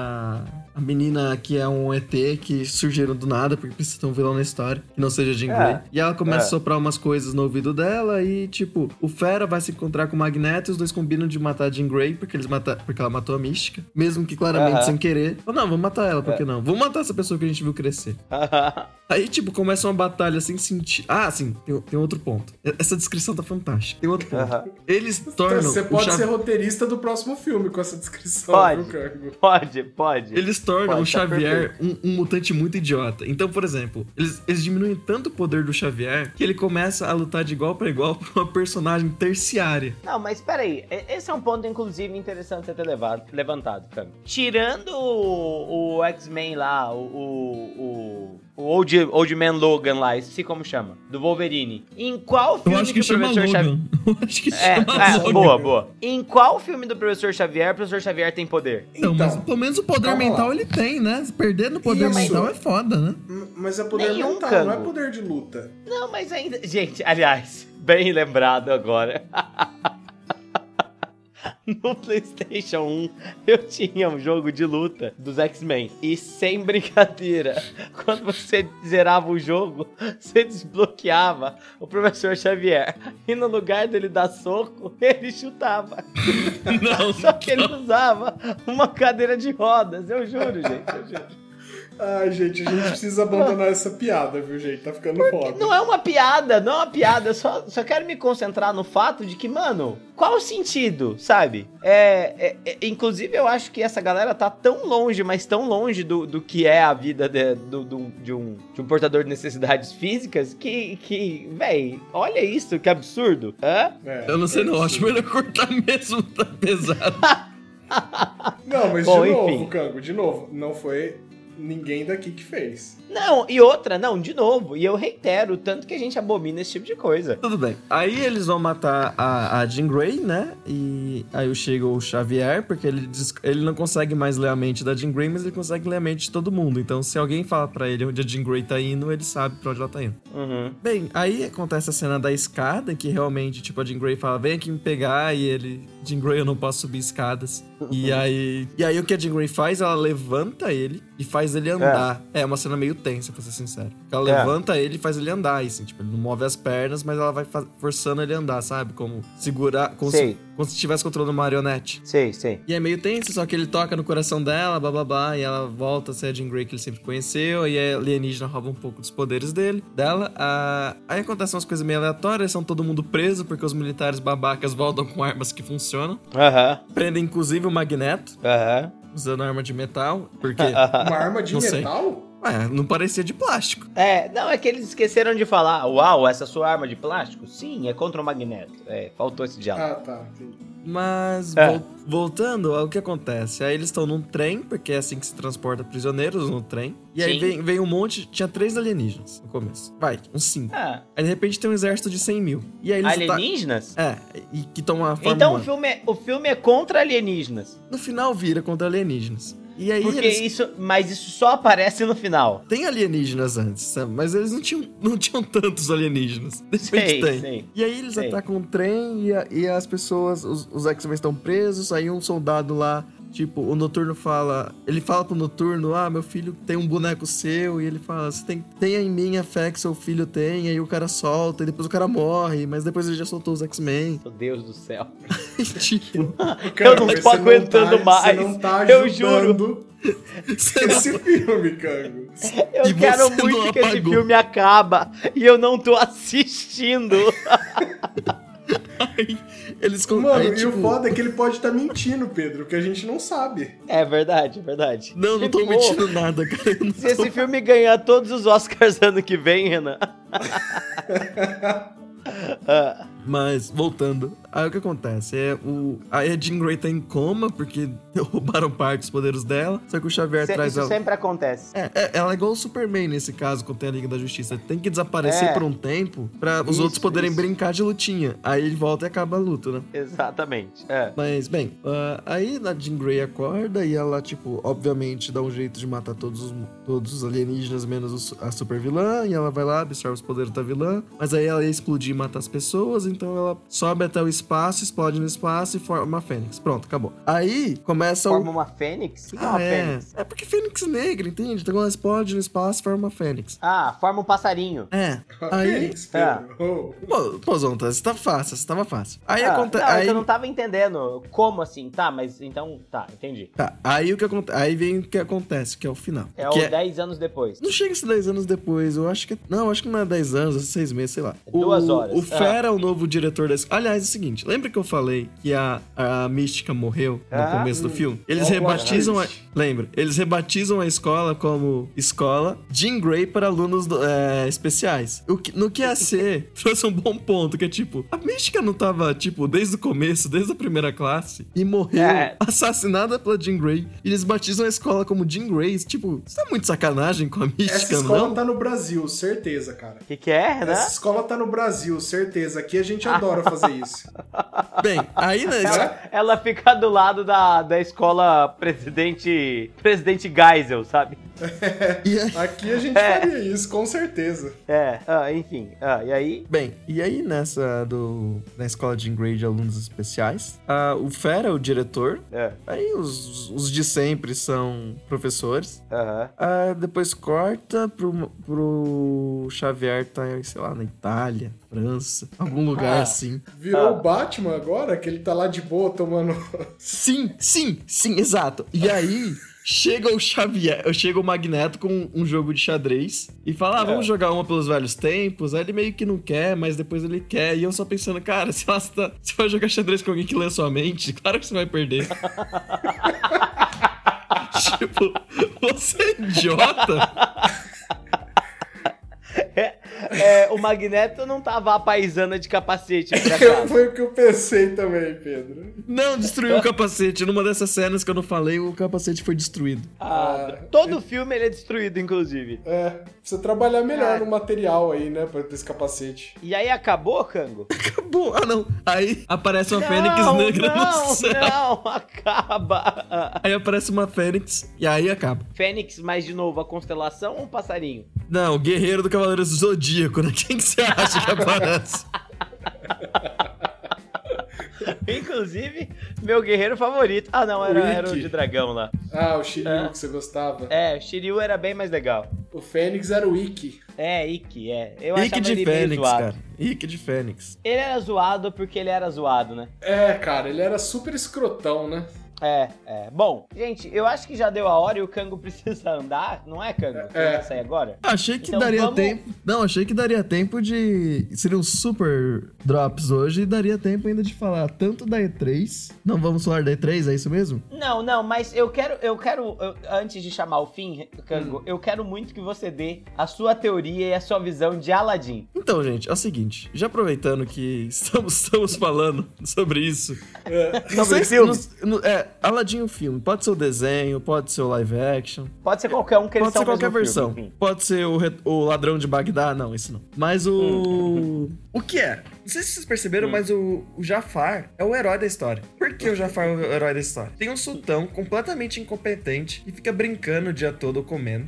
[SPEAKER 3] a menina que é um ET que surgiram do nada, porque precisa ter um vilão na história, que não seja a Jean
[SPEAKER 1] É.
[SPEAKER 3] Grey. E ela começa
[SPEAKER 1] É.
[SPEAKER 3] a soprar umas coisas no ouvido dela e, tipo, o Fera vai se encontrar com o Magneto e os dois combinam de matar a Jean Grey porque, eles mata... porque ela matou a Mística. Mesmo que claramente
[SPEAKER 1] Aham. É.
[SPEAKER 3] sem querer. Fala, não, vamos matar ela, por que não? Vamos matar essa pessoa que a gente viu crescer. Aí, tipo, começa uma batalha sem sentido. Ah, sim, tem, tem outro ponto. Essa descrição tá fantástica. Tem outro ponto.
[SPEAKER 1] Aham.
[SPEAKER 3] Eles
[SPEAKER 2] Então,
[SPEAKER 3] tornam.
[SPEAKER 2] você
[SPEAKER 3] o
[SPEAKER 2] pode
[SPEAKER 3] chave-
[SPEAKER 2] ser roteirista do próximo filme com essa descrição,
[SPEAKER 1] Pode.
[SPEAKER 2] viu, Cango?
[SPEAKER 1] Pode, pode.
[SPEAKER 3] Eles tornam
[SPEAKER 1] Pode,
[SPEAKER 3] o
[SPEAKER 1] tá
[SPEAKER 3] Xavier um, um mutante muito idiota. Então, por exemplo, eles, eles diminuem tanto o poder do Xavier que ele começa a lutar de igual pra igual pra uma personagem terciária.
[SPEAKER 1] Não, mas peraí. e- Esse é um ponto, inclusive, interessante você ter levado, levantado, cara. Tirando o, o X-Men lá, o. o, o... o Old, Old Man Logan lá, esqueci como chama. Do Wolverine. Em qual
[SPEAKER 3] Eu
[SPEAKER 1] filme
[SPEAKER 3] acho que,
[SPEAKER 1] o
[SPEAKER 3] chama
[SPEAKER 1] professor
[SPEAKER 3] Logan.
[SPEAKER 1] Xavier.
[SPEAKER 3] [LAUGHS] Eu acho que
[SPEAKER 1] É,
[SPEAKER 3] chama
[SPEAKER 1] é,
[SPEAKER 3] Logan.
[SPEAKER 1] boa, boa. Em qual filme do Professor Xavier, o Professor Xavier tem poder?
[SPEAKER 3] Então, mas pelo menos o poder
[SPEAKER 2] calma
[SPEAKER 3] mental
[SPEAKER 2] lá.
[SPEAKER 3] ele tem, né? Perder no poder
[SPEAKER 2] Isso.
[SPEAKER 3] mental é foda, né?
[SPEAKER 2] Mas é poder
[SPEAKER 1] Nenhum,
[SPEAKER 2] mental, não é
[SPEAKER 1] Cango.
[SPEAKER 2] poder de luta.
[SPEAKER 1] Não, mas ainda. Gente, aliás, bem lembrado agora. [LAUGHS] No PlayStation 1, eu tinha um jogo de luta dos X-Men. E sem brincadeira, [LAUGHS] quando você zerava o jogo, você desbloqueava o professor Xavier. E no lugar dele dar soco, [LAUGHS] ele chutava. [LAUGHS]
[SPEAKER 3] Não,
[SPEAKER 1] Só que ele usava uma cadeira de rodas, eu juro, gente, eu juro.
[SPEAKER 2] Ai, gente, a gente
[SPEAKER 1] [LAUGHS]
[SPEAKER 2] precisa abandonar essa piada, viu, gente? Tá ficando foda.
[SPEAKER 1] Não é uma piada, não é uma piada. Eu só, só quero me concentrar no fato de que, mano, qual o sentido, sabe? É, é- é- inclusive, eu acho que essa galera tá tão longe, mas tão longe do, do que é a vida de, do- do- de um, de um portador de necessidades físicas que, que véi, olha isso, que absurdo. Hã?
[SPEAKER 2] É,
[SPEAKER 3] Eu não sei,
[SPEAKER 2] é
[SPEAKER 3] não.
[SPEAKER 2] isso.
[SPEAKER 3] Acho melhor cortar mesmo, tá pesado.
[SPEAKER 2] Não, mas
[SPEAKER 1] Bom,
[SPEAKER 2] de novo,
[SPEAKER 1] enfim.
[SPEAKER 2] Cango, de novo, não foi ninguém daqui que fez.
[SPEAKER 1] Não, e outra, não, de novo. E eu reitero o tanto que a gente abomina esse tipo de coisa.
[SPEAKER 3] Tudo bem. Aí eles vão matar a, a Jean Grey, né? E aí chega o Xavier, porque ele, diz- ele não consegue mais ler a mente da Jean Grey, mas ele consegue ler a mente de todo mundo. Então, se alguém fala pra ele onde a Jean Grey tá indo, ele sabe pra onde ela tá indo.
[SPEAKER 1] Uhum.
[SPEAKER 3] Bem, aí acontece a cena da escada, que realmente, tipo, a Jean Grey fala, vem aqui me pegar, e ele, Jean Grey, eu não posso subir escadas.
[SPEAKER 1] [LAUGHS]
[SPEAKER 3] E aí, e aí o que a Jean Grey faz? Ela levanta ele e faz ele andar. É, uma cena meio tensa, pra ser sincero. Ela
[SPEAKER 1] É.
[SPEAKER 3] levanta ele e faz ele andar, e, assim, tipo, ele não move as pernas, mas ela vai fa- forçando ele a andar, sabe? Como segurar, como
[SPEAKER 1] Sei.
[SPEAKER 3] se, como se estivesse controlando uma marionete.
[SPEAKER 1] Sei, sei.
[SPEAKER 3] E é meio tenso, só que ele toca no coração dela, bababá, e ela volta a ser a Jean Grey que ele sempre conheceu, e a alienígena rouba um pouco dos poderes dele, dela. Ah, aí acontecem umas coisas meio aleatórias, são todo mundo preso, porque os militares babacas voltam com armas que funcionam.
[SPEAKER 1] Aham,
[SPEAKER 3] Prendem inclusive o Magneto,
[SPEAKER 1] aham.
[SPEAKER 3] usando arma de metal, porque...
[SPEAKER 2] [LAUGHS]
[SPEAKER 1] Ah,
[SPEAKER 2] Uma arma de
[SPEAKER 3] Não sei.
[SPEAKER 2] metal?
[SPEAKER 3] Ué, não parecia de plástico.
[SPEAKER 1] É, não, é que eles esqueceram de falar. Uau, essa sua arma de plástico? Sim, é contra o magneto. É, faltou esse diálogo.
[SPEAKER 2] Ah, tá. entendi.
[SPEAKER 3] Mas,
[SPEAKER 1] É.
[SPEAKER 3] vol- voltando ao que acontece. Aí eles estão num trem, porque é assim que se transporta prisioneiros no trem. E aí
[SPEAKER 1] Sim.
[SPEAKER 3] vem, vem um monte. Tinha três alienígenas no começo. Vai, uns cinco.
[SPEAKER 1] Ah,
[SPEAKER 3] Aí de repente tem um exército de 100 mil. E aí eles tá ata-
[SPEAKER 1] alienígenas?
[SPEAKER 3] É, e que tomam a forma
[SPEAKER 1] Então o
[SPEAKER 3] humana.
[SPEAKER 1] filme, é, o filme é contra alienígenas.
[SPEAKER 3] No final vira contra alienígenas. E aí
[SPEAKER 1] Porque
[SPEAKER 3] É eles...
[SPEAKER 1] isso. Mas isso só aparece no final.
[SPEAKER 3] Tem alienígenas antes, sabe? Mas eles não tinham, [LAUGHS] não tinham tantos alienígenas. De repente
[SPEAKER 1] Sei,
[SPEAKER 3] tem.
[SPEAKER 1] sei.
[SPEAKER 3] E aí eles
[SPEAKER 1] Sei.
[SPEAKER 3] atacam o trem e, a- e as pessoas, os, os X-Men estão presos, aí um soldado lá, tipo, o Noturno fala, ele fala pro Noturno, ah, meu filho tem um boneco seu, e ele fala, você tem, tenha em mim a fé que seu filho tem, e aí o cara solta, e depois o cara morre, mas depois ele já soltou os X-Men. [LAUGHS]
[SPEAKER 1] Meu Deus do céu.
[SPEAKER 3] E, tipo,
[SPEAKER 1] Eu não
[SPEAKER 2] mas
[SPEAKER 1] tô
[SPEAKER 2] você
[SPEAKER 1] aguentando
[SPEAKER 2] tá-
[SPEAKER 1] mais.
[SPEAKER 2] Você não tá
[SPEAKER 1] Eu
[SPEAKER 2] ajudando
[SPEAKER 3] você não-
[SPEAKER 2] esse filme,
[SPEAKER 1] [LAUGHS]
[SPEAKER 2] Cango.
[SPEAKER 1] Eu
[SPEAKER 3] E
[SPEAKER 1] quero
[SPEAKER 3] você
[SPEAKER 1] muito
[SPEAKER 3] não
[SPEAKER 1] que esse
[SPEAKER 3] apagou.
[SPEAKER 1] filme acaba e eu não tô assistindo. [LAUGHS]
[SPEAKER 3] [LAUGHS] eles... con-
[SPEAKER 2] Mano,
[SPEAKER 3] aí,
[SPEAKER 2] e o
[SPEAKER 3] tipo,
[SPEAKER 2] foda é que ele pode estar mentindo, Pedro, que a gente não sabe.
[SPEAKER 1] É verdade, é verdade.
[SPEAKER 3] Não, não tô
[SPEAKER 1] Pô,
[SPEAKER 3] mentindo nada, cara. eu não
[SPEAKER 1] Se
[SPEAKER 3] tô-
[SPEAKER 1] Tipo, [LAUGHS] esse filme ganhar todos os Oscars ano que vem, Renan. [LAUGHS] Ah,
[SPEAKER 3] Mas, voltando, aí o que acontece? É o... Aí a Jean Grey tá em coma, porque [LAUGHS] roubaram parte dos poderes dela, só que o Xavier
[SPEAKER 1] se-
[SPEAKER 3] traz
[SPEAKER 1] isso
[SPEAKER 3] ela...
[SPEAKER 1] sempre acontece.
[SPEAKER 3] É, é, ela é igual o Superman nesse caso, quando tem a Liga da Justiça. Tem que desaparecer
[SPEAKER 1] É.
[SPEAKER 3] por um tempo pra os
[SPEAKER 1] Isso,
[SPEAKER 3] outros poderem
[SPEAKER 1] isso.
[SPEAKER 3] brincar de lutinha. Aí ele volta e acaba a luta, né?
[SPEAKER 1] Exatamente. É.
[SPEAKER 3] Mas, bem, ah, aí a Jean Grey acorda e ela, tipo, obviamente dá um jeito de matar todos os, todos os alienígenas, menos o su- a super vilã. E ela vai lá, absorve os poderes da vilã. Mas aí ela ia explodir e matar as pessoas, então ela sobe até o espaço, explode no espaço e forma uma fênix. Pronto, acabou. Aí começa o
[SPEAKER 1] Forma uma fênix? O que é uma
[SPEAKER 3] ah, é.
[SPEAKER 1] fênix?
[SPEAKER 3] é porque Fênix negra, entende? Então ela explode no espaço e forma uma Fênix.
[SPEAKER 1] Ah, forma um passarinho.
[SPEAKER 3] É.
[SPEAKER 1] [LAUGHS]
[SPEAKER 3] Aí.
[SPEAKER 2] Fênix, Pedro. Oh.
[SPEAKER 3] Pô, pô Zonta, isso tá fácil, isso tava fácil. Aí
[SPEAKER 1] Ah,
[SPEAKER 3] acontece.
[SPEAKER 1] não, é que
[SPEAKER 3] Aí,
[SPEAKER 1] eu não tava entendendo como assim, tá, mas então, tá, entendi.
[SPEAKER 3] tá, aí o que acontece. Aí vem o que acontece, que é o final.
[SPEAKER 1] É
[SPEAKER 3] que
[SPEAKER 1] o 10 anos depois.
[SPEAKER 3] Não chega a ser 10 anos depois, eu acho que. Não, acho que não é 10 anos, é 6 meses, sei lá.
[SPEAKER 1] Duas
[SPEAKER 3] o,
[SPEAKER 1] horas.
[SPEAKER 3] O Fera é o novo diretor da. Aliás, é o seguinte: lembra que eu falei que a, a Mística morreu no
[SPEAKER 1] Ah,
[SPEAKER 3] começo do
[SPEAKER 2] hum.
[SPEAKER 3] filme? Eles
[SPEAKER 2] Ó, o
[SPEAKER 3] rebatizam. A,
[SPEAKER 2] plot twist.
[SPEAKER 3] lembra? Eles rebatizam a escola como Escola Jean Grey para alunos do- é, especiais. O que, no que
[SPEAKER 2] [LAUGHS]
[SPEAKER 3] ia ser, trouxe um bom ponto: que é tipo, a Mística não tava, tipo, desde o começo, desde a primeira classe, e morreu
[SPEAKER 1] É.
[SPEAKER 3] assassinada pela Jean Grey. E eles batizam a escola como Jean Grey. Tipo, isso é muito sacanagem com a mística,
[SPEAKER 2] Essa escola
[SPEAKER 3] não?
[SPEAKER 2] tá no Brasil, certeza, cara.
[SPEAKER 1] O que, que é, Ah. Renan?
[SPEAKER 2] Essa escola tá no Brasil, certeza. Aqui a gente adora fazer
[SPEAKER 1] [LAUGHS]
[SPEAKER 2] isso. né?
[SPEAKER 3] Bem,
[SPEAKER 2] [LAUGHS]
[SPEAKER 3] aí na escola.
[SPEAKER 1] Ela, ela fica do lado da, da escola presidente. Presidente Geisel, sabe?
[SPEAKER 3] E aí-
[SPEAKER 2] Aqui a gente
[SPEAKER 1] É.
[SPEAKER 2] faria isso, com certeza.
[SPEAKER 1] É, ah, enfim. Ah, e aí?
[SPEAKER 3] Bem, e aí nessa do. Na escola de grade de alunos especiais, ah, o Fera, é o diretor.
[SPEAKER 1] É,
[SPEAKER 3] Aí os, os de sempre são professores.
[SPEAKER 1] aham.
[SPEAKER 3] Ah, depois corta pro, pro Xavier tá, sei lá, na Itália, França, algum lugar
[SPEAKER 1] Ah.
[SPEAKER 3] assim.
[SPEAKER 2] Virou
[SPEAKER 1] Ah. [LAUGHS]
[SPEAKER 2] o Batman agora, que ele tá lá de boa tomando.
[SPEAKER 3] Sim, sim, sim, exato. E aí, Chega o Xavier, chega o Magneto com um jogo de xadrez e fala:
[SPEAKER 1] É.
[SPEAKER 3] ah, vamos jogar uma pelos velhos tempos. Aí ele meio que não quer, mas depois ele quer. E eu só pensando, cara, [LAUGHS] se você, tá, você vai jogar xadrez com alguém que lê sua mente, claro que você vai perder. [LAUGHS] tipo, você é idiota?
[SPEAKER 1] É, é, o Magneto não tava a paisana de capacete
[SPEAKER 3] [LAUGHS]
[SPEAKER 1] pra
[SPEAKER 2] Eu,
[SPEAKER 1] cá.
[SPEAKER 2] foi o que eu pensei também, Pedro.
[SPEAKER 3] Não, destruiu o capacete. Numa dessas cenas que eu não falei, o capacete foi destruído.
[SPEAKER 1] Ah, todo filme ele é destruído, inclusive.
[SPEAKER 2] É, precisa trabalhar
[SPEAKER 1] É.
[SPEAKER 2] melhor no material aí, né, pra ter esse capacete.
[SPEAKER 1] E aí acabou, Cango?
[SPEAKER 3] Acabou. Ah, não. Aí aparece uma fênix negra
[SPEAKER 1] não,
[SPEAKER 3] no céu.
[SPEAKER 1] Não, [LAUGHS] acaba.
[SPEAKER 3] Aí aparece uma fênix e aí acaba.
[SPEAKER 1] Fênix, mais de novo, a constelação ou um passarinho?
[SPEAKER 3] Não, guerreiro do Cavaleiro do Zodíaco, né? [LAUGHS] Quem que você acha que aparece?
[SPEAKER 1] Inclusive, meu guerreiro favorito. Ah, não, era, era o
[SPEAKER 2] Wiki.
[SPEAKER 1] de dragão lá.
[SPEAKER 2] Ah, o Shiryu
[SPEAKER 1] É.
[SPEAKER 2] que você gostava.
[SPEAKER 1] É, Shiryu era bem mais legal.
[SPEAKER 2] O Fênix era o Ikki.
[SPEAKER 1] É, Ikki, é. [LAUGHS] Eu
[SPEAKER 3] Ike
[SPEAKER 1] achava
[SPEAKER 3] de
[SPEAKER 1] ele meio
[SPEAKER 3] Fênix,
[SPEAKER 1] zoado.
[SPEAKER 3] cara. Ike de Fênix.
[SPEAKER 1] Ele era zoado porque ele era zoado, né?
[SPEAKER 2] É, cara, ele era super escrotão, né?
[SPEAKER 1] É, é. Bom, gente, eu acho que já deu a hora e o Cango [LAUGHS] precisa andar, não é, Cango? Você
[SPEAKER 2] É.
[SPEAKER 1] vai sair agora?
[SPEAKER 3] Achei que
[SPEAKER 1] Então,
[SPEAKER 3] daria
[SPEAKER 1] vamos-
[SPEAKER 3] tempo. Não, achei que daria tempo de. Seria um super drops hoje e daria tempo ainda de falar tanto da E3. Não vamos falar da E3, é isso mesmo?
[SPEAKER 1] Não, não, mas eu quero, eu quero, eu- antes de chamar o fim, Cango,
[SPEAKER 3] Hum.
[SPEAKER 1] eu quero muito que você dê a sua teoria e a sua visão de Aladdin.
[SPEAKER 3] Então, gente, é o seguinte. Já aproveitando que [LAUGHS] estamos, estamos falando sobre isso.
[SPEAKER 1] É.
[SPEAKER 3] Não sei se. não- não- é, Aladdin o filme. Pode ser o desenho, pode ser o live action.
[SPEAKER 1] Pode ser qualquer um que eles
[SPEAKER 3] Pode
[SPEAKER 1] são
[SPEAKER 3] ser
[SPEAKER 1] o mesmo
[SPEAKER 3] qualquer
[SPEAKER 1] filme,
[SPEAKER 3] versão.
[SPEAKER 1] enfim.
[SPEAKER 3] Pode ser o, re- o Ladrão de Bagdá, não, isso não. Mas o. O que é? Não sei se vocês perceberam, mas o, o Jafar é o herói da história. Por que o Jafar é o herói da história? Tem um sultão completamente incompetente e fica brincando o dia todo comendo.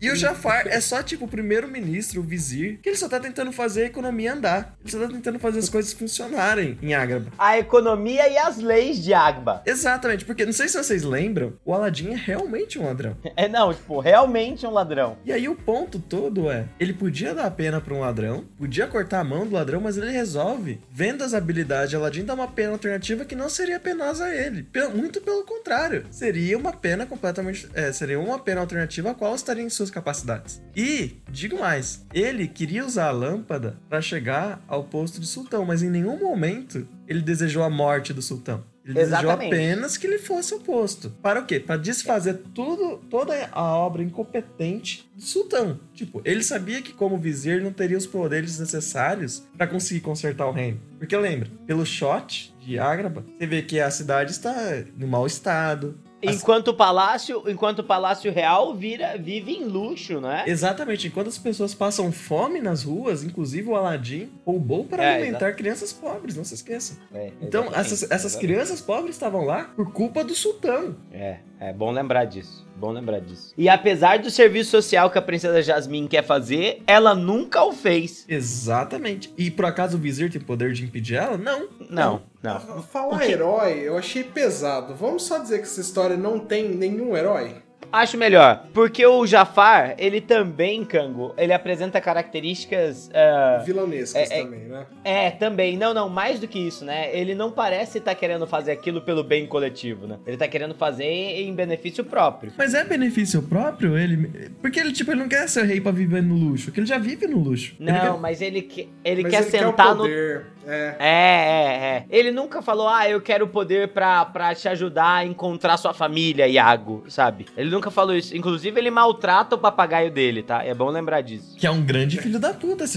[SPEAKER 3] E o Jafar é só, tipo, o primeiro-ministro, o vizir, que ele só tá tentando fazer a economia andar. Ele só tá tentando fazer as coisas funcionarem em Ágraba.
[SPEAKER 1] A economia e as leis de Agba. [LAUGHS]
[SPEAKER 3] Exatamente, porque não sei se vocês lembram, o Aladim é realmente um ladrão.
[SPEAKER 1] É não, tipo, realmente um ladrão.
[SPEAKER 3] E aí o ponto todo é, ele podia dar a pena pra um ladrão, podia cortar a mão do ladrão, mas ele resolve. Vendo as habilidades de Aladdin, dá uma pena alternativa que não seria penosa a ele. Pe- Muito pelo contrário. Seria uma pena completamente... é, seria uma pena alternativa a qual estaria em suas capacidades. E, digo mais, ele queria usar a lâmpada pra chegar ao posto de sultão, mas em nenhum momento ele desejou a morte do sultão. Ele
[SPEAKER 1] Exatamente.
[SPEAKER 3] desejou a apenas que ele fosse oposto. Para o quê? Para desfazer tudo, toda a obra incompetente do sultão. Tipo, ele sabia que como vizir não teria os poderes necessários para conseguir consertar o reino. Porque lembra, pelo shot de Ágraba, você vê que a cidade está no mau estado. As-
[SPEAKER 1] Enquanto o palácio, enquanto o palácio real vira, vive em luxo, não é?
[SPEAKER 3] Exatamente, enquanto as pessoas passam fome nas ruas, inclusive o Aladim roubou para
[SPEAKER 1] É,
[SPEAKER 3] alimentar crianças pobres, não se esqueça.
[SPEAKER 1] É,
[SPEAKER 3] Então,
[SPEAKER 1] exatamente,
[SPEAKER 3] essas, essas
[SPEAKER 1] exatamente.
[SPEAKER 3] crianças pobres estavam lá por culpa do sultão.
[SPEAKER 1] É, é bom lembrar disso. Bom lembrar disso. E apesar do serviço social que a princesa Jasmine quer fazer, ela nunca o fez.
[SPEAKER 3] Exatamente. E por acaso o vizir tem poder de impedir ela? Não.
[SPEAKER 1] Não, não.
[SPEAKER 2] Ah, Falar herói eu achei pesado. Vamos só dizer que essa história não tem nenhum herói?
[SPEAKER 1] Acho melhor, porque o Jafar, ele também, Kango, ele apresenta características. ah,
[SPEAKER 2] Vilanescas
[SPEAKER 1] é- é-
[SPEAKER 2] também, né?
[SPEAKER 1] é, também. Não, não, mais do que isso, né? Ele não parece estar querendo fazer aquilo pelo bem coletivo, né? Ele tá querendo fazer em benefício próprio.
[SPEAKER 3] Mas é benefício próprio ele? Porque ele, tipo, ele não quer ser rei pra viver no luxo, porque ele já vive no luxo. Ele
[SPEAKER 1] Não,
[SPEAKER 3] quer-
[SPEAKER 1] mas ele, que, ele
[SPEAKER 2] Mas
[SPEAKER 1] quer
[SPEAKER 2] ele
[SPEAKER 1] sentar
[SPEAKER 2] quer o
[SPEAKER 1] no
[SPEAKER 2] poder. É.
[SPEAKER 1] É, é, é. Ele nunca falou, ah, eu quero o poder pra, pra te ajudar a encontrar sua família, Iago, sabe? Ele nunca falou isso. Inclusive, ele maltrata o papagaio dele, tá? É bom lembrar disso.
[SPEAKER 3] Que é um grande filho da puta esse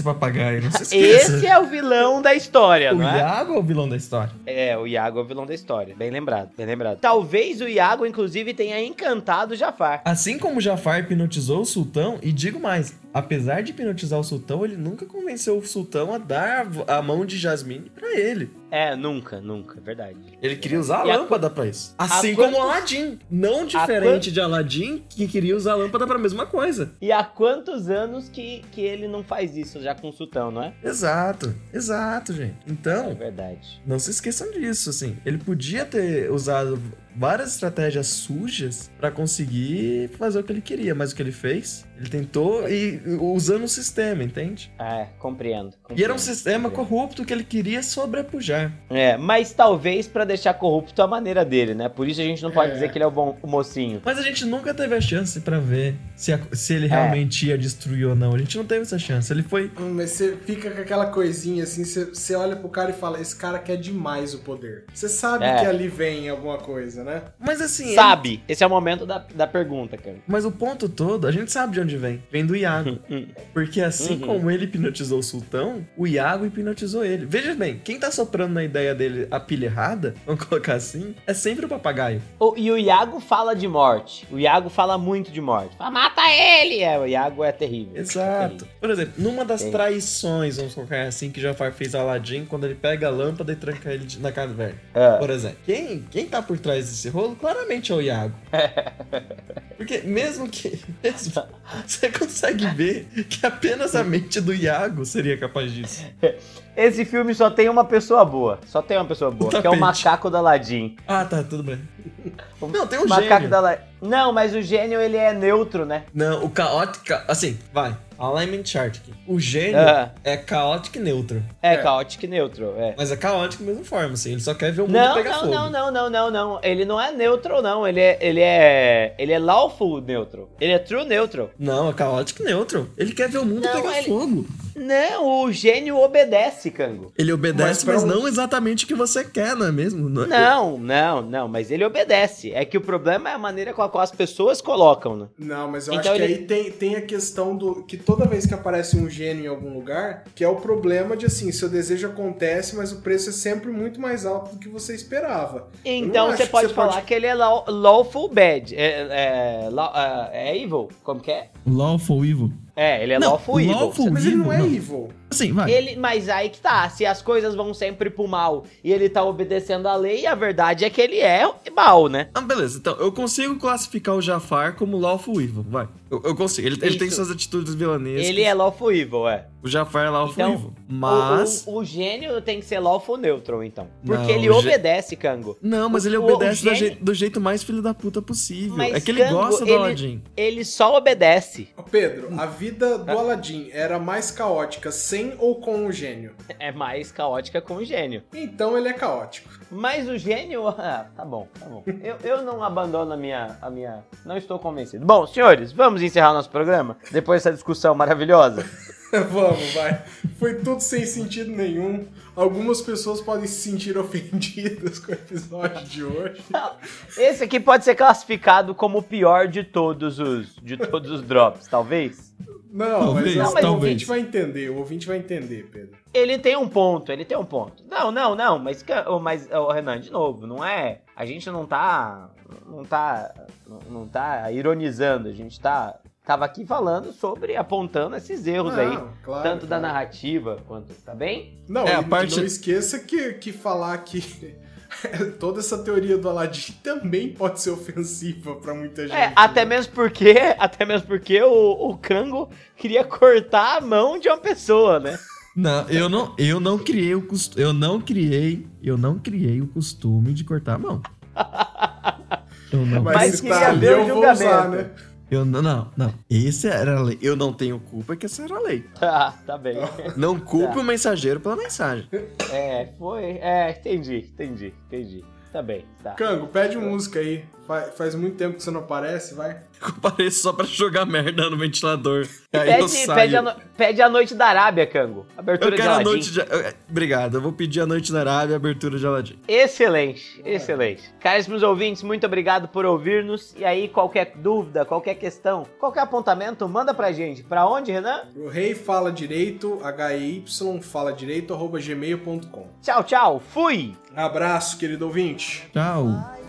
[SPEAKER 1] [LAUGHS]
[SPEAKER 3] papagaio, não se esqueça.
[SPEAKER 1] Esse é o vilão da história,
[SPEAKER 3] o
[SPEAKER 1] não é?
[SPEAKER 3] Iago é o vilão da história.
[SPEAKER 1] É, o Iago é o vilão da história. Bem lembrado, bem lembrado. Talvez o Iago, inclusive, tenha encantado o Jafar.
[SPEAKER 3] Assim como Jafar hipnotizou o sultão, e digo mais, apesar de hipnotizar o sultão, ele nunca convenceu o sultão a dar a vo- a mão de Jasmine pra ele.
[SPEAKER 1] É, nunca, nunca, verdade.
[SPEAKER 3] Ele queria usar a
[SPEAKER 1] E a
[SPEAKER 3] lâmpada pra isso. Assim
[SPEAKER 1] quantos-
[SPEAKER 3] como Aladdin, não diferente de Aladdin, que queria usar a lâmpada pra mesma coisa.
[SPEAKER 1] E há quantos anos que, que ele não faz isso já com o Sultão, não é?
[SPEAKER 3] Exato, exato, gente.
[SPEAKER 1] É
[SPEAKER 3] Então,
[SPEAKER 1] verdade.
[SPEAKER 3] não se esqueçam disso, assim. Ele podia ter usado várias estratégias sujas pra conseguir fazer o que ele queria, mas o que ele fez, ele tentou e usando o sistema, entende?
[SPEAKER 1] É, compreendo.
[SPEAKER 3] E era um
[SPEAKER 1] compreendo,
[SPEAKER 3] sistema
[SPEAKER 1] compreendo.
[SPEAKER 3] corrupto que ele queria sobrepujar.
[SPEAKER 1] É, mas talvez pra deixar corrupto a maneira dele, né? Por isso a gente não pode
[SPEAKER 2] É.
[SPEAKER 1] dizer que ele é o bom o mocinho.
[SPEAKER 3] Mas a gente nunca teve a chance pra ver se, a- se ele realmente ia destruir ou não. A gente não teve essa chance. Ele foi.
[SPEAKER 2] Hum, Mas você fica com aquela coisinha assim, você, você olha pro cara e fala, esse cara quer demais o poder. Você sabe
[SPEAKER 1] É.
[SPEAKER 2] que ali vem alguma coisa, né?
[SPEAKER 3] Mas assim. ele-
[SPEAKER 1] Sabe? Esse é o momento da, da pergunta, cara.
[SPEAKER 3] Mas o ponto todo, a gente sabe de onde vem. Vem
[SPEAKER 1] [LAUGHS]
[SPEAKER 3] do Iago.
[SPEAKER 1] Hum.
[SPEAKER 3] Porque assim
[SPEAKER 1] Uhum.
[SPEAKER 3] como ele hipnotizou o sultão, o Iago hipnotizou ele. Veja bem, quem tá soprando na ideia dele a pilha errada, [LAUGHS] vamos colocar assim, é sempre o papagaio.
[SPEAKER 1] O- e o Iago fala de morte. O Iago fala muito de morte. Fala, mata ele! É, o Iago é terrível.
[SPEAKER 3] Exato. Por exemplo, numa das
[SPEAKER 1] Sim.
[SPEAKER 3] traições, vamos colocar assim, que Jafar fez a Aladdin quando ele pega a lâmpada e tranca ele de- na caverna.
[SPEAKER 1] É.
[SPEAKER 3] Por exemplo, quem, quem tá por trás desse rolo claramente é o Iago.
[SPEAKER 1] [LAUGHS]
[SPEAKER 3] Porque mesmo que. mesmo, você consegue ver que apenas a mente do Iago seria capaz disso.
[SPEAKER 1] Esse filme só tem uma pessoa boa. Só tem uma pessoa boa,
[SPEAKER 3] O
[SPEAKER 1] que é o
[SPEAKER 3] tapete.
[SPEAKER 1] macaco da Aladdin.
[SPEAKER 3] Ah, tá, tudo bem. Não, tem um
[SPEAKER 1] o macaco
[SPEAKER 3] gênio.
[SPEAKER 1] da Aladdin. Não, mas o gênio ele é neutro, né?
[SPEAKER 3] Não, o caótico. Assim, vai. Alignment chart aqui. O gênio
[SPEAKER 1] Ah.
[SPEAKER 3] é caótico e neutro.
[SPEAKER 1] É,
[SPEAKER 2] É.
[SPEAKER 1] caótico e neutro, é.
[SPEAKER 3] Mas é caótico da mesma forma, assim. Ele só quer ver o mundo
[SPEAKER 1] Não,
[SPEAKER 3] pegar
[SPEAKER 1] não,
[SPEAKER 3] fogo.
[SPEAKER 1] não, não, não, não, não. Ele não é neutro, não. Ele é, ele é, ele é lawful neutro. Ele é true neutro.
[SPEAKER 3] Não, é caótico e neutro. Ele quer ver o mundo
[SPEAKER 1] Não,
[SPEAKER 3] pegar
[SPEAKER 1] ele-
[SPEAKER 3] fogo.
[SPEAKER 1] Não, o gênio obedece, Cango.
[SPEAKER 3] Ele
[SPEAKER 2] Mas
[SPEAKER 3] obedece,
[SPEAKER 2] pra
[SPEAKER 3] mas,
[SPEAKER 2] um-
[SPEAKER 3] não exatamente o que você quer, não é mesmo?
[SPEAKER 1] Não, não, não, mas ele obedece. É que o problema é a maneira com a qual as pessoas colocam, né?
[SPEAKER 2] Não, mas eu
[SPEAKER 1] Então
[SPEAKER 2] acho que
[SPEAKER 1] ele-
[SPEAKER 2] aí tem, tem a questão do. que toda vez que aparece um gênio em algum lugar, que é o problema de assim, seu desejo acontece, mas o preço é sempre muito mais alto do que você esperava.
[SPEAKER 1] Então
[SPEAKER 2] acho
[SPEAKER 1] você
[SPEAKER 2] que
[SPEAKER 1] pode
[SPEAKER 2] você
[SPEAKER 1] falar
[SPEAKER 2] pode-
[SPEAKER 1] que ele é law- lawful bad. É, é, law- ah, é evil? Como que é?
[SPEAKER 3] Lawful evil.
[SPEAKER 1] É, ele é
[SPEAKER 3] Não,
[SPEAKER 1] lawful evil.
[SPEAKER 3] lawful-
[SPEAKER 2] Mas ele não é
[SPEAKER 3] Não.
[SPEAKER 2] evil.
[SPEAKER 3] Assim, vai.
[SPEAKER 1] Ele, mas aí que tá, se as coisas vão sempre pro mal e ele tá obedecendo a lei, a verdade é que ele é mal, né?
[SPEAKER 3] Ah, beleza. Então, eu consigo classificar o Jafar como Lawful Evil, vai. Eu, eu consigo. Ele, ele tem
[SPEAKER 1] Isso.
[SPEAKER 3] suas atitudes vilanescas.
[SPEAKER 1] Ele é lawful evil, é.
[SPEAKER 3] O Jafar é Lawful
[SPEAKER 1] Então,
[SPEAKER 3] Evil. Mas...
[SPEAKER 1] O, o- o gênio tem que ser lawful neutral, então. Porque
[SPEAKER 3] Não,
[SPEAKER 1] ele
[SPEAKER 3] o gê-
[SPEAKER 1] obedece, Kango.
[SPEAKER 3] Não, mas ele
[SPEAKER 1] o- o
[SPEAKER 3] obedece do,
[SPEAKER 1] gênio-
[SPEAKER 3] jei- do jeito mais filho da puta possível.
[SPEAKER 1] Mas,
[SPEAKER 3] é que ele
[SPEAKER 1] Gango,
[SPEAKER 3] gosta do
[SPEAKER 1] ele-
[SPEAKER 3] Aladdin.
[SPEAKER 1] Ele só obedece.
[SPEAKER 2] Ô, Pedro, a vida do Aladdin era mais caótica sem ou com o gênio.
[SPEAKER 1] É mais caótica com o gênio.
[SPEAKER 2] Então ele é caótico. [LAUGHS]
[SPEAKER 1] Mas o gênio. [LAUGHS] Ah, tá bom, tá bom. Eu, eu não abandono a minha, a minha. Não estou convencido. Bom, senhores, vamos encerrar nosso programa? Depois dessa discussão maravilhosa?
[SPEAKER 2] Vamos, vai. Foi tudo sem sentido nenhum. Algumas pessoas podem se sentir ofendidas [LAUGHS] com o episódio de hoje.
[SPEAKER 1] Esse aqui pode ser classificado como o pior de todos os, de todos os drops, talvez.
[SPEAKER 2] Não,
[SPEAKER 3] Talvez,
[SPEAKER 2] mas, o
[SPEAKER 3] talvez.
[SPEAKER 2] ouvinte vai entender. O ouvinte vai entender, Pedro.
[SPEAKER 1] Ele tem um ponto, ele tem um ponto. Não, não, não, mas, ca- ô, mas ô, Renan, de novo, não é. A gente não tá. Não tá. Não, não tá ironizando, a gente tá. Tava aqui falando sobre, apontando esses erros
[SPEAKER 2] Não,
[SPEAKER 1] aí.
[SPEAKER 2] claro,
[SPEAKER 1] tanto da
[SPEAKER 2] claro.
[SPEAKER 1] narrativa quanto. Tá bem?
[SPEAKER 2] Não,
[SPEAKER 3] É, a
[SPEAKER 2] e
[SPEAKER 3] parte-
[SPEAKER 2] não esqueça que, que falar que [LAUGHS] toda essa teoria do Aladdin também pode ser ofensiva pra muita gente.
[SPEAKER 1] É, até
[SPEAKER 2] né?
[SPEAKER 1] mesmo porque. [LAUGHS] Até mesmo porque o, o Kango queria cortar a mão de uma pessoa, né?
[SPEAKER 3] Não, eu não, eu não criei o costume. Eu não criei. Eu não criei o costume de cortar
[SPEAKER 1] [LAUGHS]
[SPEAKER 3] a mão. Eu não.
[SPEAKER 2] Mas,
[SPEAKER 1] Mas
[SPEAKER 2] se
[SPEAKER 1] queria
[SPEAKER 2] tá ali,
[SPEAKER 1] ver o
[SPEAKER 2] eu vou usar,
[SPEAKER 1] julgamento.
[SPEAKER 2] né?
[SPEAKER 3] Eu não, não, não. Esse era a lei. Eu não tenho culpa que essa era a lei.
[SPEAKER 1] [LAUGHS] Tá, tá [LAUGHS] bem.
[SPEAKER 3] Não culpe
[SPEAKER 1] Tá.
[SPEAKER 3] o mensageiro pela mensagem.
[SPEAKER 1] É, foi. É, entendi, entendi, entendi. Tá bem, tá.
[SPEAKER 2] Cango, pede um música aí. Fa- Faz muito tempo que você não aparece, vai.
[SPEAKER 3] Eu [LAUGHS] pareço só pra jogar merda no ventilador. Aí eu
[SPEAKER 1] Pede,
[SPEAKER 3] saio.
[SPEAKER 1] pede, a no- pede a noite da Arábia, Cango. Abertura
[SPEAKER 3] Eu
[SPEAKER 1] de
[SPEAKER 3] quero a
[SPEAKER 1] Aladdin.
[SPEAKER 3] noite de... eu- Obrigado, eu vou pedir a noite na Arábia e a abertura de Aladdin.
[SPEAKER 1] Excelente,
[SPEAKER 3] Ah.
[SPEAKER 1] excelente. Caríssimos ouvintes, muito obrigado por ouvir-nos. E aí, qualquer dúvida, qualquer questão, qualquer apontamento, manda pra gente. Pra onde, Renan?
[SPEAKER 2] O rei fala direito, HY fala direito, arroba gmail.com.
[SPEAKER 1] Tchau, tchau. Fui!
[SPEAKER 2] Abraço, querido ouvinte.
[SPEAKER 3] Tchau.
[SPEAKER 5] Ai,
[SPEAKER 4] É